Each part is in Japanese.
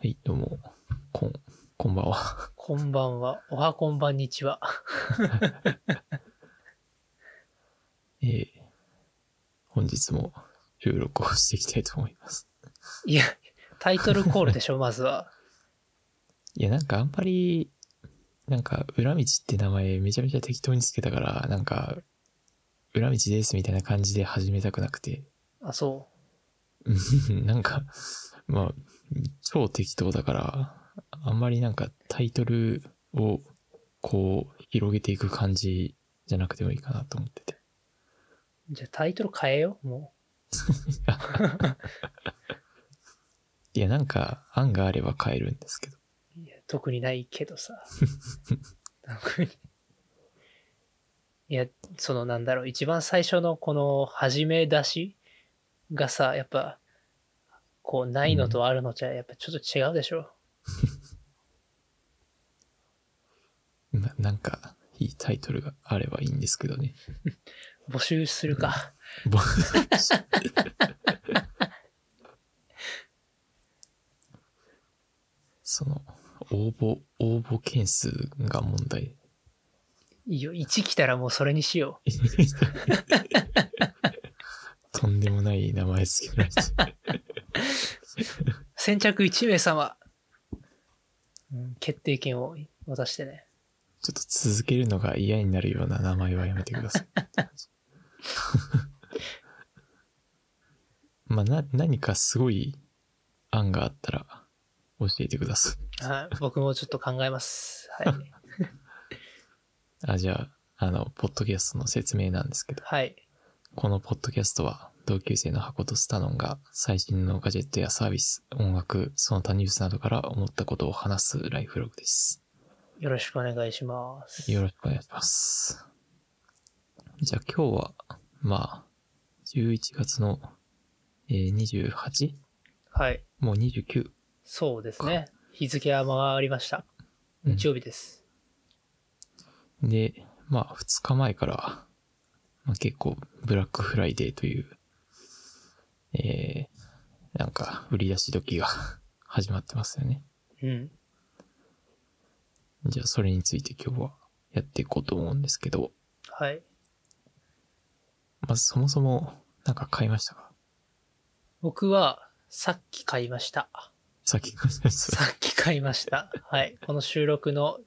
はい、どうも。こん、こんばんは。こんばんは。おはこんばんにちは。 えー、本日も収録をしていきたいと思います。いや、タイトルコールでしょ、まずは。いや、なんかあんまり、なんか、裏道って名前めちゃめちゃ適当につけたから、なんか、裏道ですみたいな感じで始めたくなくて。 あ、そうんなんか、まあ、超適当だから、あんまりなんかタイトルをこう広げていく感じじゃなくてもいいかなと思ってて。う。じゃあタイトル変えよう、もいや、なんか案があれば変えるんですけど。う。いや特にないけどさ。特に。いや、そのなんだろう、一番最初のこの始め出しがさ、やっぱ、こう、ないのとあるのじゃ、やっぱちょっと違うでしょ。ななんか、いいタイトルがあればいいんですけどね。募集するか。ぼその、応募、応募件数が問題。 いいよ、1来たらもうそれにしよとんでもない名前つけられて。う。先着1名様。うん、決定権を渡してね。ちょっと続けるのが嫌になるような名前はやめてください。 まあ、な、何かすごい案があったら教えてください。はい、僕もちょっと考えます。 はい。あ、じゃあ、あの、ポッドキャストの説明なんですけど、はい。このポッドキャストは同級生の箱とスタノンが最新のガジェットやサービス、音楽、その他ニュースなどから思ったことを話すライフログです。よろしくお願いします。よろしくお願いします。じゃあ今日は、まあ、11月の、えー 28? はい。もう 29? そうですね。日付は回りました。うん日曜日です。で、まあ2日前から、まあ、結構ブラックフライデーという、えー、なんか売り出し時が 始まってますよね。うん。じゃあそれについて今日はやっていこうと思うんですけど、はい。まずそもそもなんか買いましたか僕は、さっき買いました。さっきのやつ。 さっき買いました。はい。この収録の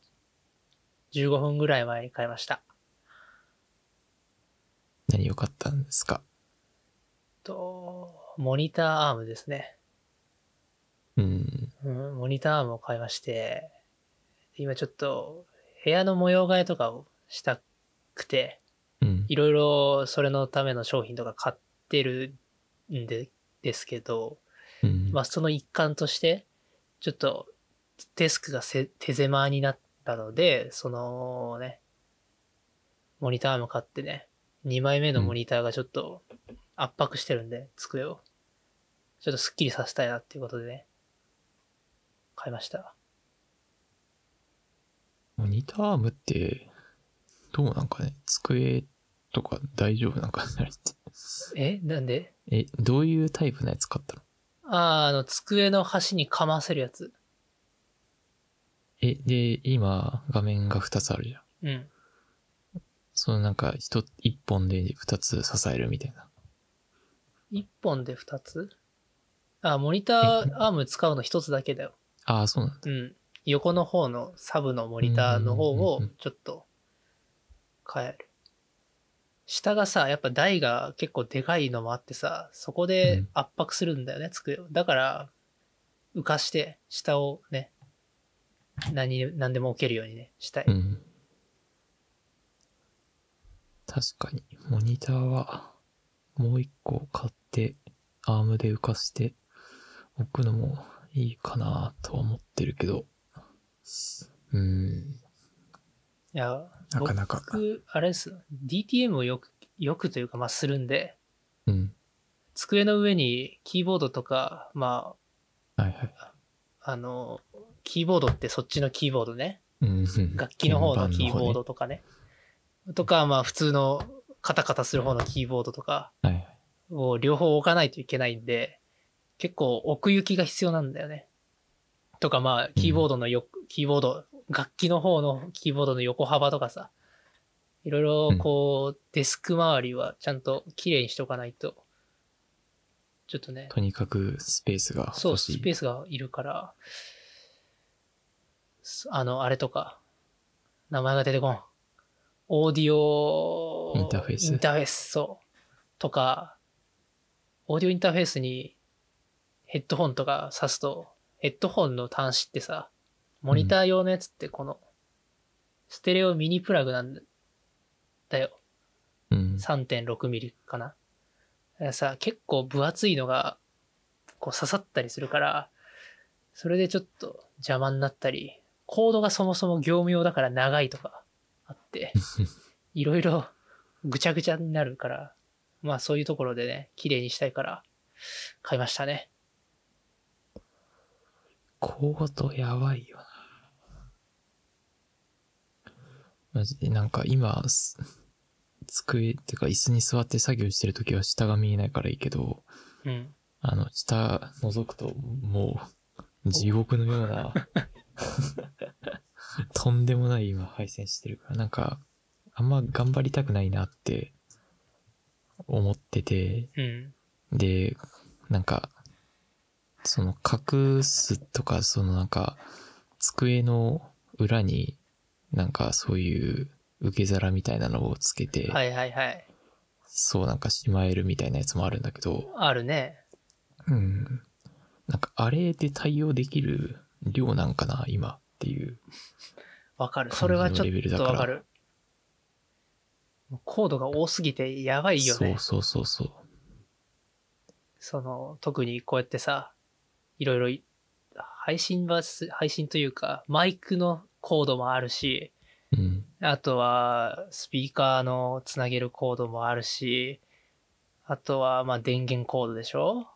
15分ぐらい前に買いました。何良かったんですかと、モニターアームですね。うん。うん、モニターアームを買いまして、今ちょっと部屋の模様替えとかをしたくて、うん。いろいろそれのための商品とか買ってるんでですけど、うんまあ、その一環としてちょっとデスクがせ手狭になったのでそのねモニターアーム買ってね2枚目のモニターがちょっと圧迫してるんで、机をちょっとスッキリさせたいなっていうことでね買いましたモニターアームって、どうなんかね、机とか大丈夫なんかなりっえなんでて。 え、どういうタイプのやつ買ったのあーあの机の端にかませるやつえ、で、今、画面が2つあるじゃん。うんそのなんか、一一本で2つ支えるみたいな。一本で二つあ、モニターアーム使うの一つだけだよ。ああ、そうなんだ。うん。横の方のサブのモニターの方をちょっと変える。下がさ、やっぱ台が結構でかいのもあってさ、そこで圧迫するんだよね、机を。だから、浮かして、下をね、何、何でも置けるようにね、したい。うん。確かに、モニターは、もう1個買って、アームで浮かして、置くのもいいかなとは思ってるけど、うん、いや、なかなか。僕、あれです。DTM をよく、よくというか、まあ、するんで、うん。机の上にキーボードとか、まはいはい。あ、あの、キーボードってそっちのキーボードね。うん。楽器の方のキーボードとかね。とか、まあ普通のカタカタする方のキーボードとか鍵盤の方ね。はいはい。を両方置かないといけないんで、結構奥行きが必要なんだよね。とかまあ、キーボードのよ、キーボード、楽器の方のキーボードの横幅とかさ、いろいろこう、デスク周りはちゃんと綺麗にしとかないと、ちょっとね、とにかくスペースがそう、欲スしペい。ースがいるから、すあの、あれとか、名前が出てこん。オーディオ、インターフェースインターフェース、そう。とか、オーディオインターフェースにヘッドホンとか挿すと、ヘッドホンの端子ってさ、モニター用のやつってこの、ステレオミニプラグなんだよ。うん。 3.6ミリかな。だからさ、結構分厚いのが、こう刺さったりするから、それでちょっと邪魔になったり、コードがそもそも業務用だから長いとかあって、いろいろぐちゃぐちゃになるから、まあそういうところでね、綺麗にしたいから、買いましたね。コードやばいよな。マジで、なんか今、す机ってか椅子に座って作業してるときは下が見えないからいいけど、うん。あの、下覗くともう地獄のような、 とんでもない今配線してるから、なんか、あんま頑張りたくないなって思ってて、うん。で、なんか、その隠すとか、そのなんか、机の裏に、なんかそういう受け皿みたいなのをつけて、はいはいはい。そうなんかしまえるみたいなやつもあるんだけど、あるね。うん。なんかあれで対応できる量なんかな、今っていう。わかる。それはちょっとわかる。コードが多すぎてやばいよね。そうそうそうそう。その、特にこうやってさ、いろいろい、配信はす、配信というか、マイクのコードもあるし、うん。あとは、スピーカーのつなげるコードもあるし、あとは、まあ、電源コードでしょ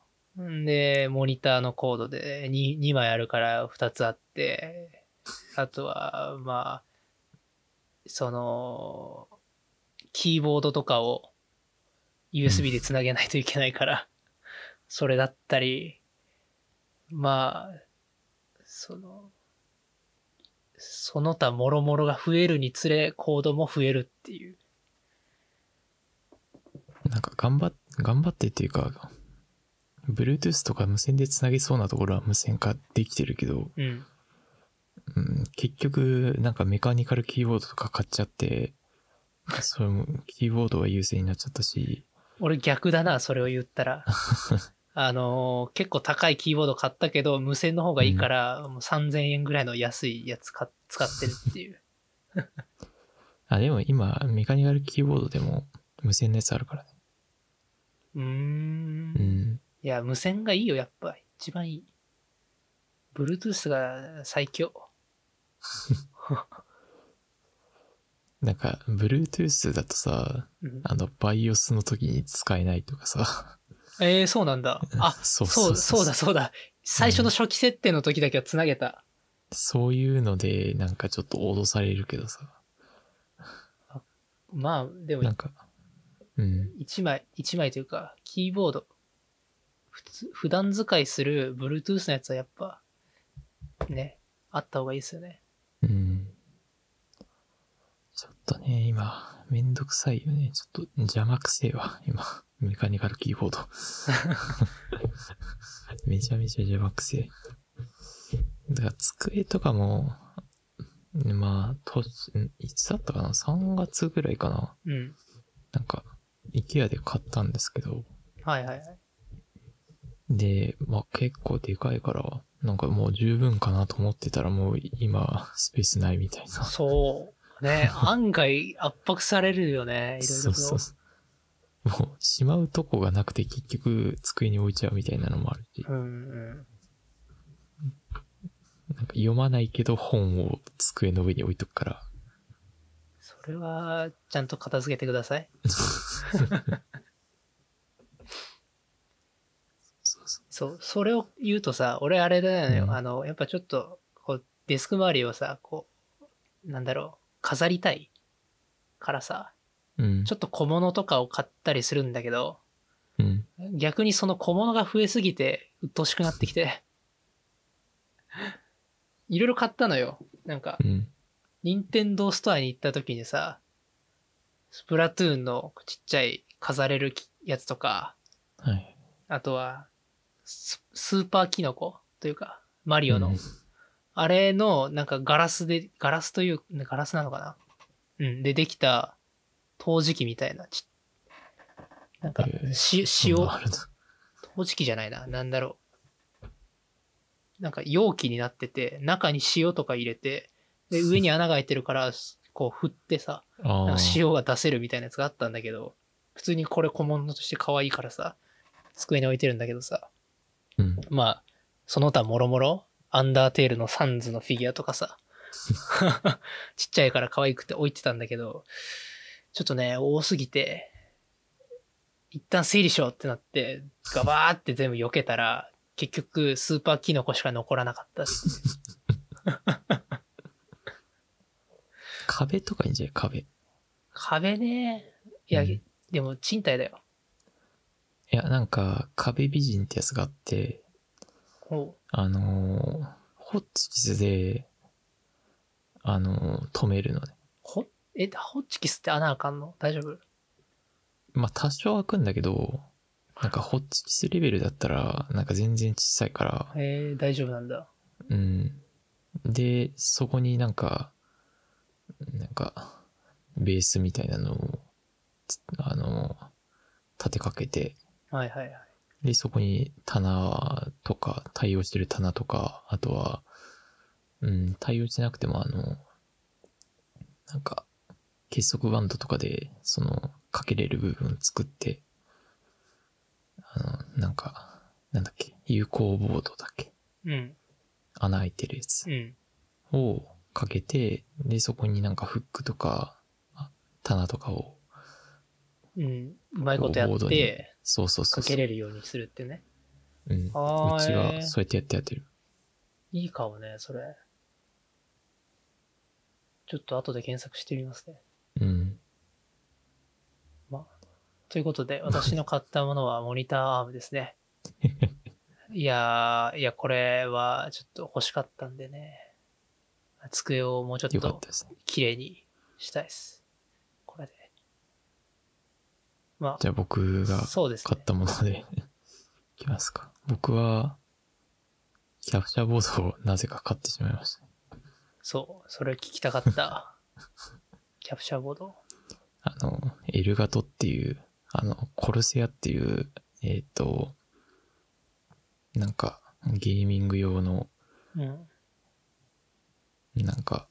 んで、モニターのコードで 2, 2枚あるから2つあって、あとは、まあ、その、キーボードとかを USB でつなげないといけないから、それだったり、まあ、その、その他もろもろが増えるにつれコードも増えるっていう。なんか頑張っ、頑張ってっていうか、Bluetooth とか無線でつなげそうなところは無線化できてるけど、うん。うん、結局、なんかメカニカルキーボードとか買っちゃって、それも、キーボードが優先になっちゃったし、俺逆だな、それを言った ら。あのー結構高いキーボード買ったけど、無線の方がいいから、もう3000円ぐらいの安いやつか使ってるっていう。あ、でも今、メカニカルキーボードでも無線のやつあるからね。うー。うんん。いや、無線がいいよ、やっぱ。一番いい。Bluetooth が最強。なんか、Bluetooth だとさ、 うんあの、BIOS の時に使えないとかさ。、えー、そうなんだ。あ そうそう、そうだ、そうだ。最初うのん初期設定の時だけは繋げた。そういうので、なんかちょっと脅されるけどさ。まあ、でもなんか、うん。一枚、一枚というか、キーボード。普通、普段使いする Bluetooth のやつはやっぱ、ね、あった方がいいですよね。うん。ちょっとね、今、めんどくさいよね。ちょっと邪魔くせえわ、今。メカニカルキーボード。めちゃめちゃ邪魔くせえ。だから机とかも、まあ、と、んいつだったかな ?3 月ぐらいかなうん。なんか、IKEA で買ったんですけど、はいはいはい。で、まあ結構でかいから、なんかもう十分かなと思ってたらもう今、スペースないみたいな。そう。 ね、案外圧迫されるよね、いろいそろうそうそう。もう、しまうとこがなくて結局机に置いちゃうみたいなのもあるし、うんうなん。んか読まないけど本を机の上に置いとくから、それは、ちゃんと片付けてください。そうそそう、それを言うとさ、俺あれだよね、うんあの、やっぱちょっと、こう、デスク周りをさ、こう、なんだろう、飾りたいからさ、 う。うん。ちょっと小物とかを買ったりするんだけど、うん。逆にその小物が増えすぎて、鬱陶しくなってきて、 いろいろ買ったのよ。なんか、うん。任天堂ストアに行った時にさ、スプラトゥーンのちっちゃい飾れるきやつとか、はい。あとはス、スーパーキノコというか、マリオの、うんあれのなんかガラスで、ガラスという、ガラスなのかなうん、でできた陶磁器みたいな、ちなんかへ、えし、そん塩な、あるんだ陶磁器じゃないな、なんだろう。なんか容器になってて、中に塩とか入れて、で、上に穴が開いてるから、こう振ってさ、あなんかー塩が出せるみたいなやつがあったんだけど、普通にこれ小物として可愛いからさ、机に置いてるんだけどさ、うん。まあ、その他もろもろ、アンダーテールのサンズのフィギュアとかさ、 ちっちゃいから可愛くて置いてたんだけど、ちょっとね、多すぎて、一旦整理しようってなって、ガバーって全部避けたら、結局スーパーキノコしか残らなかったっていう。壁とかいいんじゃない壁。い壁ね。いや、うんでも賃貸だよ。や、なんか、壁美人ってやつがあって、こあのーホッチキスで、あのー止めるのね。うほ、え、ホッチキスって穴あかんの大丈夫まあ、多少開くんだけど、なんかホッチキスレベルだったら、なんか全然小さいから、えー、大丈夫なんだ。うん。で、そこになんか、なんか、ベースみたいなのを、つあの、立てかけて、はいはいはい。で、そこに棚とか、対応してる棚とか、あとは、うん、対応してなくても、あの、なんか、結束バンドとかで、その、かけれる部分作って、あの、なんか、なんだっけ、有効ボードだっけうん、穴開いてるやつう。ん。をかけて、で、そこになんかフックとか、あ棚とかを、うん、うまいことやボーっドにて、そうそうそかうそけう。れるようにするってね。うん。うちあーえはーそうやってやってやってる。いいかもね、それ。ちょっと後で検索してみますね。うん。というこ とで、私の買ったものはモニターアームですね。いやー、いや、これはちょっと欲しかったんでね。机をもうちょっよかっとたですね。綺麗にしたいです。これで。まじゃあ僕あ、がそうです買ねっ。たもので、いきますか。僕は、キャプチャーボードをなぜか買ってしまいました。そう、それ聞きたか った。キャプチャーボード。あの、エルガトっていう、あの、コルセアっていう、えっ、と、なんか、ゲーミング用のうん。なんか、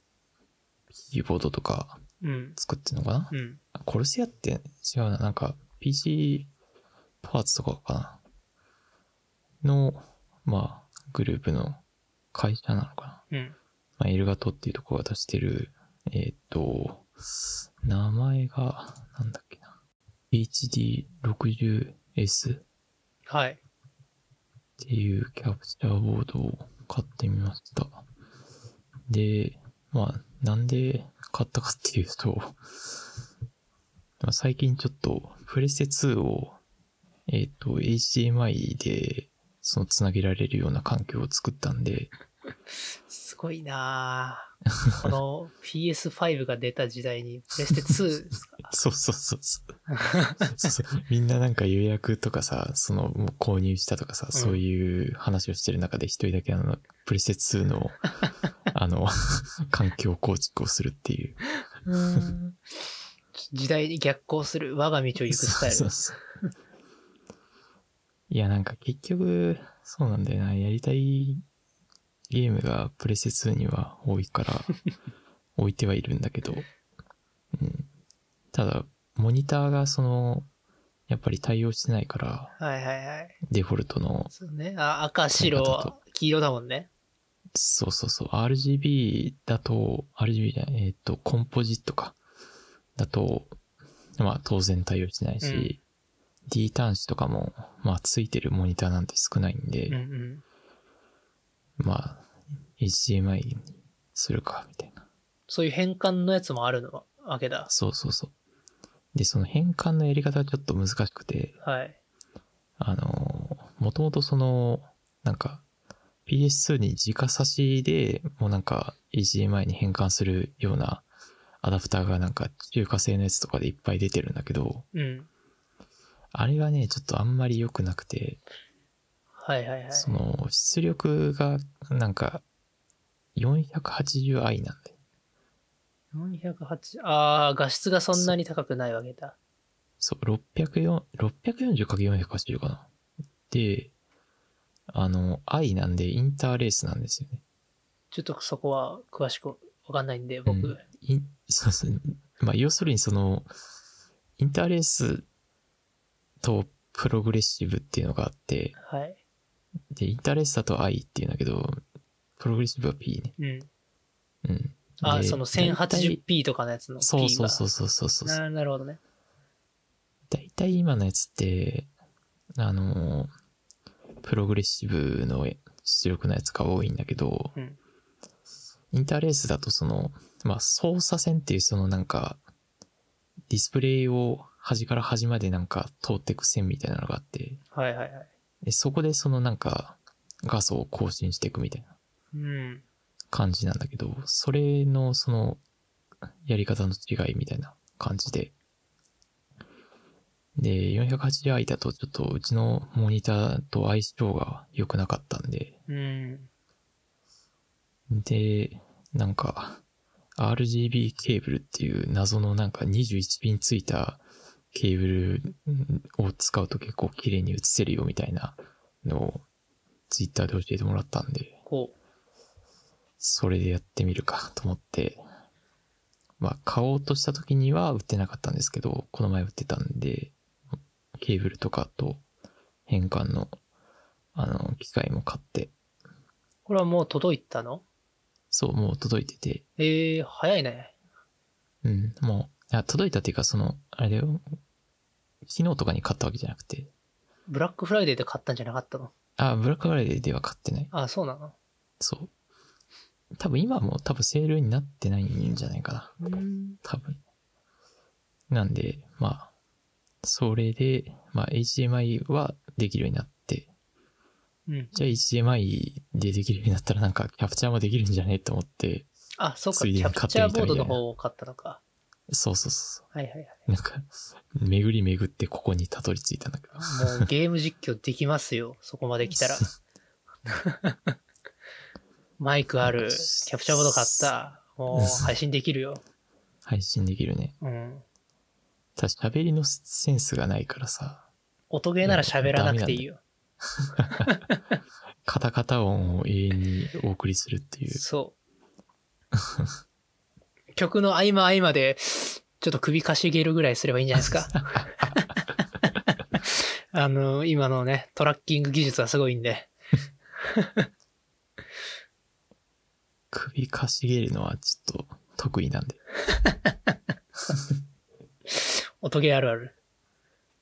キーボードとかうん。作ってんのかな、うん。コルセアって違うな。なんか、PC パーツとかかなの、まあ、グループの会社なのかなうん。まあ、エルガトっていうところが出してる、えっ、と、名前が、なんだっけな。HD60S っはい。ていうキャプチャーボードを買ってみました。で、まあ、なんで買ったかっていうと、まあ最近ちょっと、プレステ2を、えっ、と、HDMI で、その、つなげられるような環境を作ったんで、すごいなぁこ の PS5 が出た時代に、プレステ2ですかそうそうそうそう。そうそうみんななんか予約とかさ、その、もう購入したとかさ、そういう話をしてる中で一人だけあの、プレステ2の、あの、 環境構築をするって いう。時代に逆行する我が道を行くスタイル。そうそうそういや、なんか結局、そうなんだよな。やりたいゲームがプレステ2には多い から、置いてはいるんだけど、うん。ただ、モニターがその、やっぱり対応してないから、はいはいはい。デフォルトの、そうね。あ赤、そういうこ白、黄色だもんね。そうそうそう、RGB だと、RGB じゃない、えっ、と、コンポジットか。だと、まあ当然対応してないし、D 端子とかも、まあついてるモニターなんて少ないんで、うんうん。まあ、HDMI にするか、みたいな。そういう変換のやつもあるのわけだ。そうそうそう。で、その変換のやり方はちょっと難しくて、はい。あの、もともとその、なんか、 PS2 に直差しで、もうなんか HDMI に変換するようなアダプターがなんか中華製のやつとかでいっぱい出てるんだけど、うん。あれがね、ちょっとあんまり良くなくて、はいはいはい。その出力がなんか 480i なんで。 408、ああ、画質がそんなに高くないわけだ。そう、604 640×480 かな。で、あの、i なんでインターレースなんですよね。ちょっとそこは詳しくわかんないんで、僕。うんインそうそう。まあ、要するにその、インターレースとプログレッシブっていうのがあって、はい。で、インターレースだと i っていうんだけど、プログレッシブは p ね。ううん。ん。あでその 1080p とかのやつの P が。そうそうそうそうそうそう。ななるほどね。大体今のやつって、あの、プログレッシブの出力のやつが多いんだけど、うんインターレースだとその、まあ、操作線っていうそのなんか、ディスプレイを端から端までなんか通ってく線みたいなのがあって、はいはいはい。でそこでそのなんか画素を更新していくみたいなうん。感じなんだけど、それのそのやり方の違いみたいな感じで。で、480i だとちょっとうちのモニターと相性が良くなかったんで、うん。で、なんか RGB ケーブルっていう謎のなんか21ピンついたケーブルを使うと結構綺麗に映せるよみたいなのを Twitter で教えてもらったんで、こう。それでやってみるかと思って、まあ、買おうとした時には売ってなかったんですけど、この前売ってたんで、ケーブルとかと変換の、あの、機械も買って、これはもう届いたのそう、もう届いてて、ええー、早いね。うん、もう、あ届いたっていうか、その、あれだよ、昨日とかに買ったわけじゃなくて、ブラックフライデーで買ったんじゃなかったのあ、ブラックフライデーでは買ってない。あ、そうなのそう。多分今も多分セールになってないんじゃないかな。うん。多分。なんで、まあ、それで、まあ、HDMI はできるようになって、うん。じゃあ HDMI でできるようになったらなんかキャプチャーもできるんじゃねえと思って、あ、そうか。ついキでャにプ買っチてャみーたみたいなボードの方を買ったのか。そうそうそはいはいはい。う。なんか、巡り巡ってここにたどり着いたんだけど。もうゲーム実況できますよ。 そこまで来 たら。マイクある。キャプチャーボード買 った。もう配信できるよ。配信できるね。うん。ただ喋りのセンスがないからさ、音ゲーなら喋らなくていいよ。カタカタ音を永遠にお送りするっていう。そう。曲の合間合間で、ちょっと首かしげるぐらいすればいいんじゃないで すか。あの、今のね、トラッキング技術はすごいんで。首かしげるのはちょっと得意なんで。音ゲーあるある。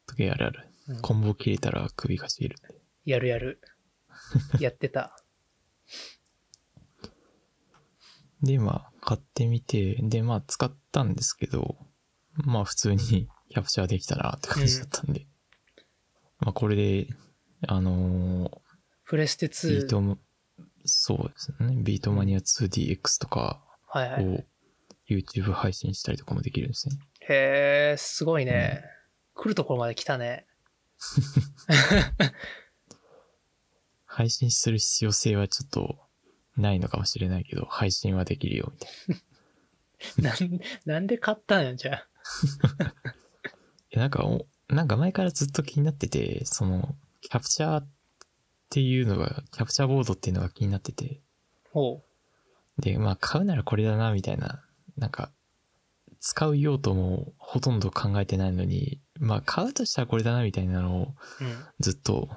時計あるあるうん。コンボ切れたら首かしげる。やるやる。やってた。で、まあ、買ってみて、で、まあ、使ったんですけど、まあ、普通に キャプチャーできたなって感じだったんで。まあ、これで、あのープレステビー2。トも、そうですね。ビートマニア 2DX とかはいはい。を YouTube 配信したりとかもできるんですね。へえ、すごいね。来るところまで来たね。配信する必要性はちょっとないのかもしれないけど、配信はできるよ、みたいな。なんなんで買ったんや、じゃあ。いやなんかお、なんか前からずっと気になってて、その、キャプチャーっていうのが、キャプチャーボードっていうのが気になってて、ほう。で、まあ買うならこれだな、みたいな。なんか、使う用途もほとんど考えてないのに、まあ買うとしたらこれだな、みたいなのをうん。ずっと、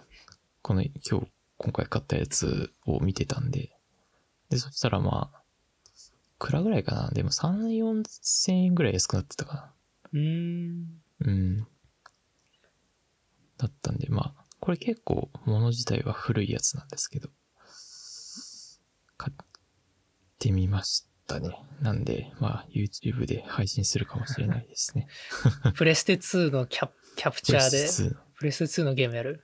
この今日、今回買ったやつを見てたんで。で、そしたらまあ、いくらぐらいかなでも3、4千円ぐらい安くなってたかうーん。な。うん。だったんで、まあ、これ結構物自体は古いやつなんですけど、買ってみましたね。なんで、まあ、YouTube で配信するかもしれないです ね。プレステ2のキャキャプチャーで、プレステ2のゲームやる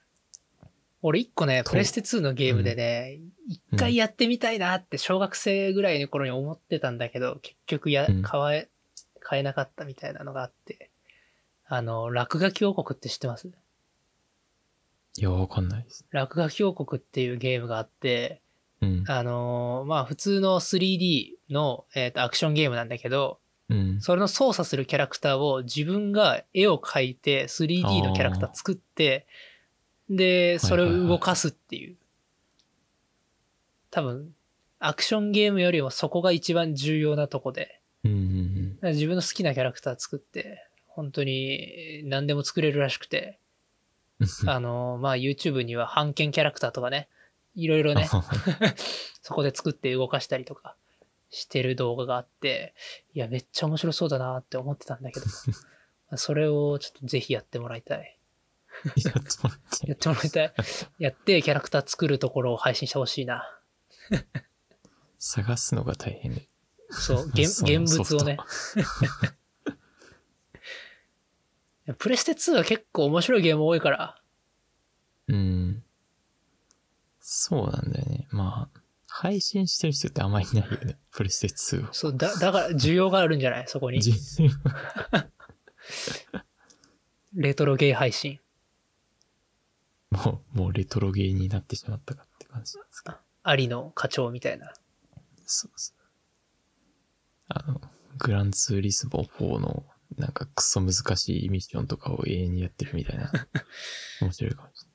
俺一個ね、とプレステ2のゲームでね、一、回やってみたいなって小学生ぐらいの頃に思ってたんだけど、結局やうん、買え、買えなかったみたいなのがあって、あの、落書き王国って知ってますいや、わかんないです。落書き王国っていうゲームがあって、うん。あのーまあ普通の 3D の、えーとアクションゲームなんだけど、うん。それの操作するキャラクターを自分が絵を描いて 3D のキャラクター作って、で、それを動かすっていう。多分、アクションゲームよりもそこが一番重要なとこで、うんうん自分の好きなキャラクター作って、本当に何でも作れるらしくて、うん。あのーまあ YouTube には版権キャラクターとかね、いろ いろね、そこで作って動かしたりとかしてる動画があって、いや、めっちゃ面白そうだなって思ってたんだけど、 それをちょっとぜひやってもらいたい。やってもらってやってもらい たい。やって、キャラクター作るところを配信してほしいな。探すのが大変で。そう、 現その現物をねソ。プレステ2は結構面白いゲーム多いから、うん。そうなんだよね。まあ、配信してる人ってあまりいないよね。 プレステ2を。そう、だ、だから需要があるんじゃないそこに。じレトロゲー配信。もう、もうレトロゲーになってしまったかって感じなんですけど。ありの課長みたいな。そうそう。あの、グランツーリスボ4の、なんかクソ難しいミッションとかを永遠にやってるみたい な。面白いかもし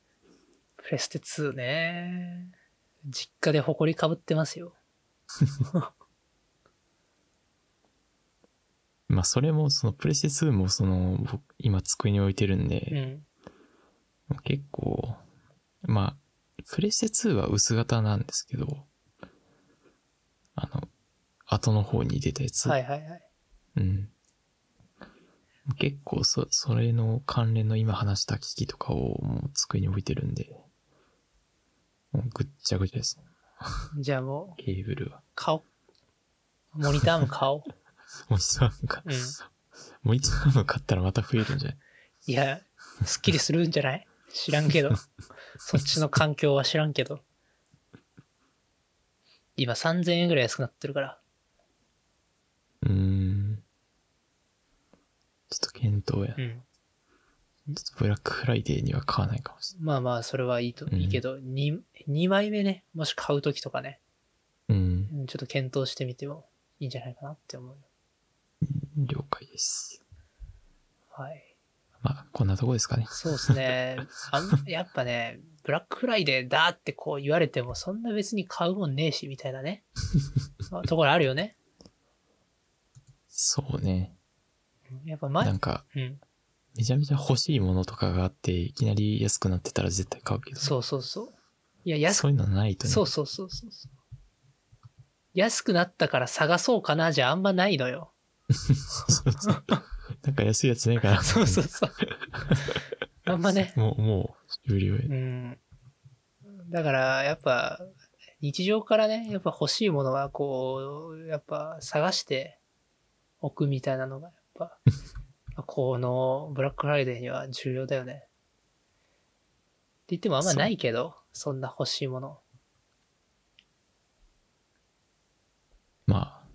プレステ2ね。実家で埃かぶってますよ。れない。まあ、それも、そのプレステ2も、その、僕今机に置いてるんで、うん。結構、まあ、プレステ2は薄型なんですけど、あの、後の方に出たやつ。はいはいはい。うん。結構そ、それの関連の今話した機器とかをもう机に置いてるんで、もうぐっちゃぐちゃですね、じゃあもう、ケーブルは。顔。モニターも顔。モニタームか、うんモニターム買ったらまた増えるんじゃないいや、すっきりするんじゃない知らんけど。そっちの環境は知らんけど。今3000円ぐらい安くなってるから。うーん。ちょっと検討や。うちょん。っとブラックフライデーには買わないかもしまあまあ、それはいいと、うんいいけど、2、2枚目ね、もし買うときとかね、れない。うん。うんちょっと検討してみてもいいんじゃないかなって思うよ。了解です。はい。まあ、こんなとこですかね。そうですね。あんやっぱね、ブラックフライデーだってこう言われても、そんな別に買うもんねえし、みたい なね。ところあるよね。そうね。やっぱ前な、んか、うん。めちゃめちゃ欲しいものとかがあって、いきなり安くなってたら絶対買うけど。そうそうそう。いや、安く、そういうのないとね。そうそうそうそうそう。安くなったから探そうかなじゃあんまないのよ。そうそう なんか安いやつねえかな。そうそう そう。あんまね。もう、もう、終了や。うん。だから、やっぱ、日常からね、やっぱ欲しいものはこう、やっぱ探しておくみたいなのが、やっぱ、 このブラックフライデーには重要だよね。って言ってもあんまないけど、そんな欲しいもの。まあ、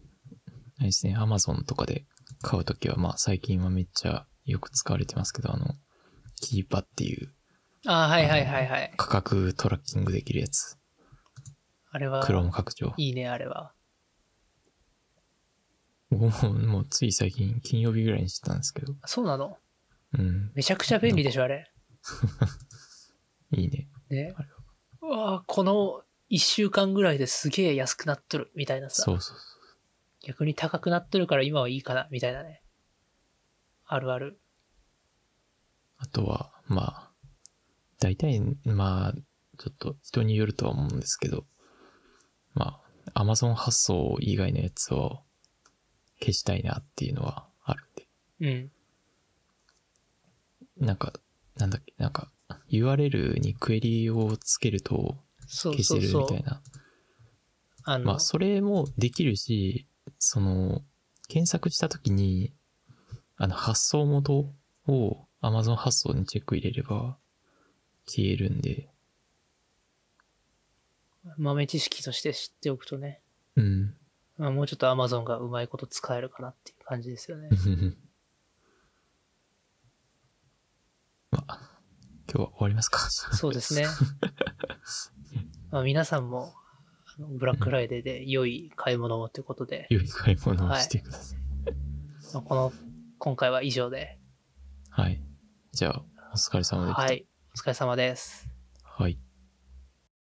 あれですね、アマゾンとかで買うときは、まあ最近はめっちゃよく使われてますけど、あの、キーパっていうああ、はいはいはいはい。価格トラッキングできるやつ。あれはク、ローム拡張。いいね、あれは。僕も、もうつい最近、金曜日ぐらいにしてたんですけど。そうなのうん、めちゃくちゃ便利でしょ、あれ。いいね。ねあれ。うわあこの1週間ぐらいですげえ安くなっとる、みたいなさそ。うそうそう。逆に高くなっとるから今はいいかな、みたいなね。あるある。あとは、まあ、大体、まあ、ちょっと人によるとは思うんですけど、まあ、Amazon 発送以外のやつを消したいなっていうのはあるんで。うん。なんか、なんだっけ、なんか、URL にクエリをつけるとそう消そせうるみそうた。いな。あの、まあ、それもできるし、その、検索したときに、あの、発送元を Amazon 発送にチェック入れれば消えるんで、豆知識として知っておくとね、うん。まあ、もうちょっと Amazon がうまいこと使えるかなっていう感じですよね。 まあ、今日は終わりますか。そうです ね。まあ皆さんも、あのブラックフライデーで良い買い物をということで、良い買い物をしてください。まあこの、今回は以上で、はい。じゃあ、お疲れ様でした。はい、お疲れ様です。はい。